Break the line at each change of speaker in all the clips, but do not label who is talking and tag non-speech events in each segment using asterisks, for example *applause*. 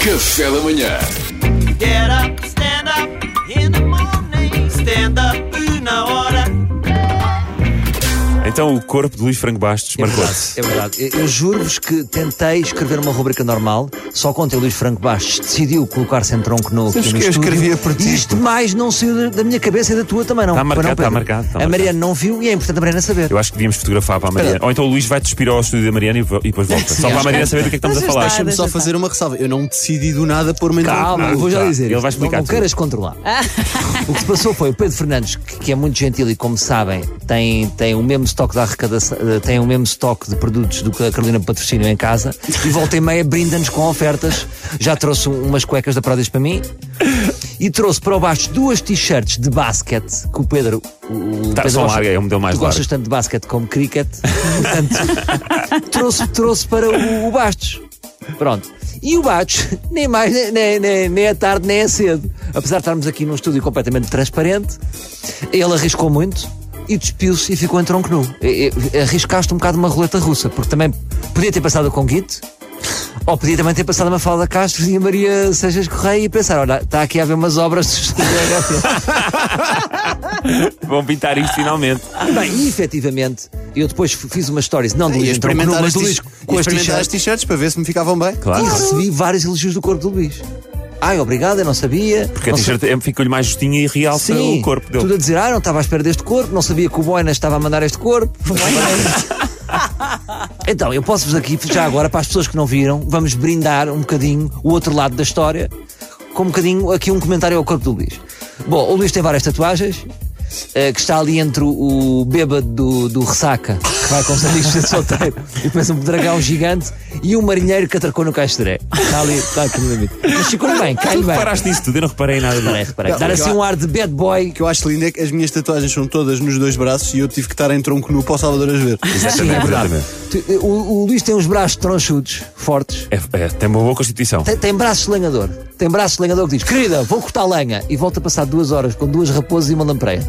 Café da manhã.
Get up, stand up in the morning. Stand up na hora.
Então o corpo de Luís Franco Bastos
É
marcou.
verdade, é verdade. Eu- Eu juro-vos que tentei escrever uma rubrica normal, só contei o Luís Franco Bastos, decidiu colocar-se em tronco nu aqui no
Sabes que eu
estúdio.
escrevia por ti,
E isto mais não saiu da- da minha cabeça e da tua também, não.
Está Tá marcado,
Não, Pedro?
está marcado, está
A Mariana não viu e é importante a Mariana saber.
Eu acho que devíamos fotografar para a Mariana. Ou então o Luís vai despir ao estúdio da Mariana e, vo- e depois volta. Só para a Mariana saber do que é que estamos a falar.
Deixa-me só fazer uma ressalva. Eu não decidi do nada pôr-me em
Calma,
tronco nu,
vou já
tá?
dizer.
ele
isto.
vai explicar
Não, não
tudo.
queiras controlar. o que se passou foi o Pedro Fernandes, que, que é muito gentil e, como sabem, tem, tem o mesmo estoque de arrecadação, eh, tem o mesmo estoque de produtos do que a Carolina Patrocínio em casa, e volta e meia brinda-nos com ofertas. Já trouxe um- umas cuecas da Prodis para mim. E trouxe para o baixo duas t-shirts de basquete que o Pedro. O, o
Tá,
Pedro
são
gosta-
larga, é um modelo mais
Tu gostas
largo.
tanto de basquete como cricket, portanto, trouxe, trouxe para o, o Bastos. Pronto. E o Bastos, *laughs* nem mais, nem- nem, nem, nem é tarde, nem é cedo. Apesar de estarmos aqui num estúdio completamente transparente, ele arriscou muito e despiu-se e ficou em tronco nu. E- e- Arriscaste um bocado uma roleta russa, porque também podia ter passado com Guito, ou podia também ter passado uma fala da Castro e a Maria Seixas Correia e pensar: olha, está aqui a haver umas obras do estúdio HT.
*laughs*
Vão pintar isto finalmente.
Bem, e efetivamente, eu depois f- fiz uma stories, não do
então
Ia
Luís em tronco nu,
experimentar
mas
as
do Luís
t-
com
ia
as
experimentar as
t-shirts.
t-shirts para ver se me ficavam bem.
Claro.
E recebi vários elogios do corpo do Luís. Ai, obrigado, eu não sabia.
Porque a
não sei-
t-shirt é- ficou-lhe mais justinha e realça
Sim,
o corpo dele.
tudo a dizer, ah, não estava à espera deste corpo, não sabia que o Boina estava a mandar
*laughs*
este corpo. então, eu posso-vos aqui, já agora, para as pessoas que não viram, vamos brindar um bocadinho o outro lado da história, com um bocadinho aqui um comentário ao corpo do Luís. Bom, o Luís tem várias tatuagens, eh, que está ali entre o bêbado do, do Ressaca, que vai com os amigos de solteiro, e depois um dragão gigante, e um marinheiro que atracou no Caixeré. Está ali, está aqui no limite. Mas ficou bem, cai bem.
Reparaste nisso tudo, eu não reparei em nada.
Não é, reparei.
Não,
Dar
o que
assim
eu-
um ar de bad boy
O que eu acho lindo é que as minhas tatuagens são todas nos dois braços e eu tive que estar em tronco nu para o Salvador as ver.
Sim, é
Exatamente,
verdade.
exatamente.
Tu- eh, O, o Luís tem uns braços tronchudos, fortes.
É- é, tem uma boa constituição.
Tem, tem braços de lenhador. Tem braços de lenhador que diz: Querida, vou cortar lenha. E volta a passar duas horas com duas raposas e uma lampreia.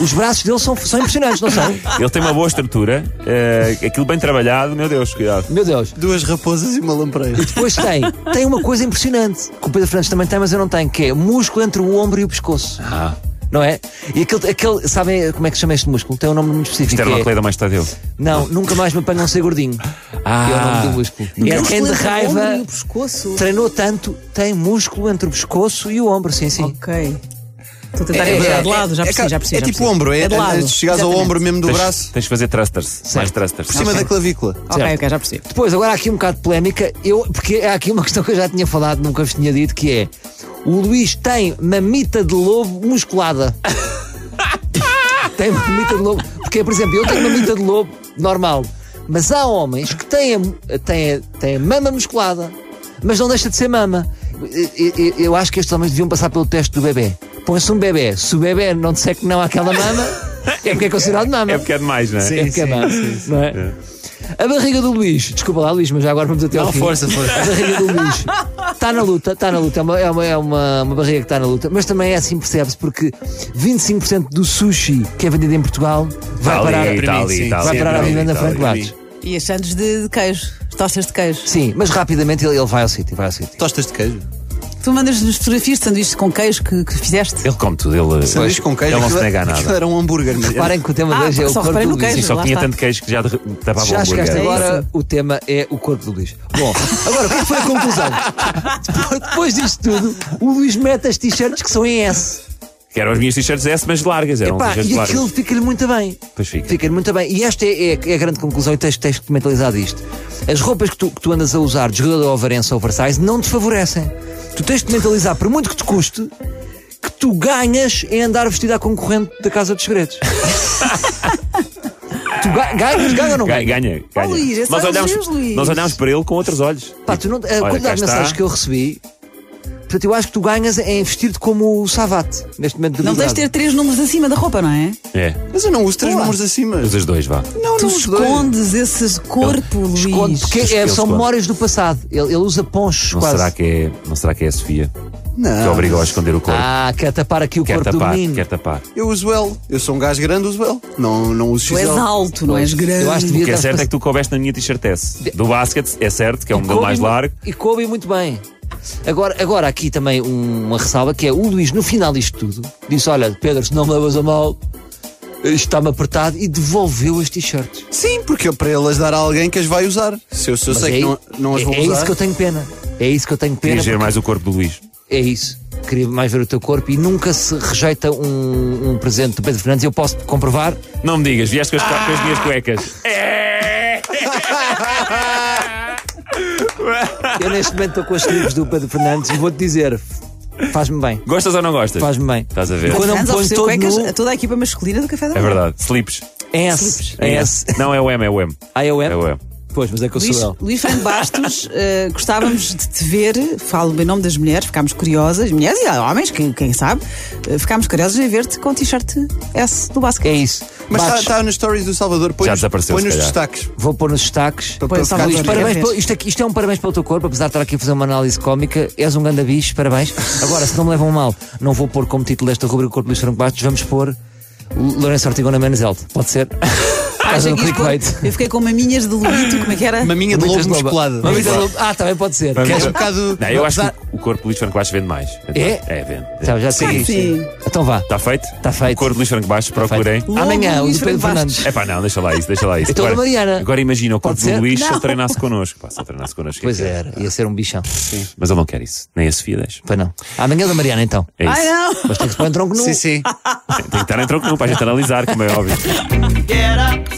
Os braços dele são, são impressionantes, não são?
Ele tem uma boa estrutura, eh, aquilo bem trabalhado, meu Deus, cuidado.
Meu Deus.
*laughs* Duas raposas e uma lampreira.
Depois tem, tem uma coisa impressionante que o Pedro Fernandes também tem, mas eu não tenho, que é músculo entre o ombro e o pescoço.
Ah.
Não é? E aquele, aquele, sabem como é que se chama este músculo? Tem um nome muito específico. que é-
Esternocleida mais tadeu.
Não, nunca mais me apanham ser gordinho.
Ah.
é o nome do músculo. É quem de raiva
um o pescoço.
treinou tanto, tem músculo entre o pescoço e o ombro, sim, sim.
Ok. Estou a tentar
É,
encontrar
é,
de lado, já
é,
percebi,
é,
já percebi.
é
já
tipo
percebi.
ombro, é,
de lado.
se chegares ao
Exatamente.
ombro mesmo do braço,
Tens de fazer thrusters, mais thrusters.
por
*laughs*
cima da clavícula.
Ok, ok, já percebi.
Depois, agora há aqui um bocado de polémica, eu, porque há aqui uma *laughs* questão que eu já tinha falado, nunca vos tinha dito, que é o Luís tem mamita de lobo musculada. *laughs* tem mamita de lobo. Porque, por exemplo, eu tenho mamita de lobo normal, mas há homens que têm, a- têm, a- têm a mama musculada, mas não deixa de ser mama. E- e- e- Eu, acho que estes homens deviam passar pelo teste do bebê. Põe-se um bebê, se o bebê não disser que não àquela mama, é porque é considerado mama.
É porque é demais, não é?
É porque é mama, não é? A barriga do Luís, desculpa lá, Luís, mas já agora vamos até ao fim. A barriga do Luís está na luta, está na luta, é uma, é uma, é uma, uma barriga que está na luta, mas também é assim, percebe-se, porque 25% do sushi que é vendido em Portugal vai
Está
parar,
ali, está ali, está
vai
ali,
parar
está
à
ali,
vivenda
está
Franco
ali.
Bastos.
E as sandes de, de queijo, tostas de queijo.
Sim, mas rapidamente ele, ele vai ao sítio, vai ao sítio.
Tostas de queijo.
Tu mandas-nos fotografias de sanduíches com queijo que, que fizeste?
É
Ele come tudo, ele,
Sanduíche com queijo.
ele não se
aquilo-
nega a
aquilo
nada.
era um hambúrguer. mas-
Reparem que o tema
Ah,
de hoje é o
só
corpo
reparei
do
no
Luís.
queijo.
Sim, só
Lá
tinha
está.
tanto queijo que já derre- tapava o
Já chegaste
hambúrguer.
agora, o tema é o corpo do Luís. Bom, agora o que é que foi a conclusão? Depois- Depois disto tudo, o Luís mete as t-shirts que são em S.
Que eram as minhas t-shirts S, mas largas, eram
Epá,
t-shirts
e aquilo
largas.
fica-lhe muito bem.
Pois fica.
Fica-lhe muito bem. E esta é, é- é a grande conclusão e tens, tens que mentalizar disto. As roupas que tu, que tu andas a usar de jogador overense oversize não te favorecem. Tu tens de mentalizar, por muito que te custe, que tu ganhas em andar vestido à concorrente da Casa dos Segredos.
*laughs*
tu ga- ganhas, ganha ou não
Ga-
ganha?
Ganha, ganha.
Luís, é só
nós, olhámos,
elogios, Luís.
nós olhámos para ele com outros olhos.
Pá, tu não, a
cá
quantidade de
está.
mensagens que eu recebi. Portanto, eu acho que tu ganhas em vestir-te como o Savate, neste momento de
Não tens
liberdade.
de ter três números acima da roupa, não é?
É,
Mas eu não uso três números acima.
os dois, vá.
Não,
tu
não os dois.
escondes esse corpo, Luís.
Esconde, porque é-
Ele
são
esconde.
memórias do passado. Ele, ele usa ponchos
Não
quase.
será, que é, não será que é a Sofia que
Não.
obrigou a esconder o corpo?
Ah, quer tapar aqui o
quer
corpo
tapar,
do menino.
quer tapar.
Eu uso L. Eu sou um gajo grande, uso L. Não, não uso
Tu és
XL.
alto, não és grande.
Eu acho que devia
O que é
dar-
certo é que tu coubeste na minha t-shirt S. Do basquete, é certo, que é um modelo
Coube
mais
mu-
largo.
E coube muito bem. Agora, agora aqui também um- uma ressalva que é o Luís, no final disto tudo, disse: Olha, Pedro, se não me levas a mal, isto está-me apertado e devolveu as t-shirts.
Sim, porque eu, para ele as dar a alguém que as vai usar. Se eu, se eu
Mas
sei
é-
que não, não as
é-
vou
é
usar.
isso que eu tenho pena. É isso que eu tenho pena.
Queria ver mais o corpo do Luís.
É isso. Queria mais ver o teu corpo e nunca se rejeita um, um presente do Pedro Fernandes. Eu posso comprovar.
Não me digas, vieste com as, com as
Ah!
minhas cuecas.
Eu neste momento estou com as livros do Pedro Fernandes e vou-te dizer: faz-me bem,
Gostas ou não gostas?
faz-me bem.
Estás a ver?
Quando eu me
Fernandes
ponho
ofereceu
todo
cuecas
nu-
a toda a equipa masculina do Café da
É
Manhã.
verdade. Slips.
É S.
É
É
S.
S.
Não, é o M, é o M.
Ah, é o M?
É o M.
Pois, mas é que eu
Luís,
sou eu.
Luís Franco Bastos,
*laughs*
eh, gostávamos de te ver, falo em nome das mulheres, ficámos curiosas, mulheres e homens, quem, quem sabe, eh, ficámos curiosas em ver-te com o t-shirt S do
É
basquete.
isso.
Mas tá, está
Bastos,
está nas stories do Salvador. Põe
Já
nos-
desapareceu,
Põe
se
nos
calhar.
destaques.
Vou pôr nos destaques.
Para-
Põe
para
só
ficar
Luís
Luís,
Primeira
parabéns.
vez.
pelo- isto, aqui- isto é um parabéns pelo teu corpo, apesar de estar aqui a fazer uma análise cómica. És um ganda bicho, parabéns. Agora, se não me levam mal, não vou pôr como título desta rubrica o corpo de Luís Franco Bastos, vamos pôr L- Lourenço Ortigona menos Elto. Pode ser? Por
Ah,
causa do
já quis pôr-
um clickbait.
eu fiquei com maminhas de lobito, como é que era?
Maminha de
Muitas
lobo
loba-
musculada.
Uma vida de lobo- Ah, também pode ser.
Que
Queres-
és um bocado.
Não, eu acho
apesar-
que o corpo do Luís Franco Baixo vende mais.
É?
É, vende.
Já, já sei.
sim.
Então vá.
Está feito?
Tá feito.
O corpo do Luís Franco Baixo, procurem.
Lobo
Amanhã, o
Luís
do Pedro
Franco Bastos.
Fernandes.
É pá, não, deixa lá isso, deixa lá isso.
Então,
agora,
Mariana.
agora imagina o corpo
Pode ser?
do Luís se
Não.
ele treinasse connosco. Pá, se ele treinasse connosco.
Pois
que que
era, ia ser um bichão.
Mas ele não quer isso. Nem a Sofia deixa.
Pois não. Amanhã da Mariana, então.
É isso.
Ai não!
Mas tem que se pôr em tronco nu.
Sim, sim.
Tem que estar em troco, não, para a gente analisar, como é óbvio.
Get up,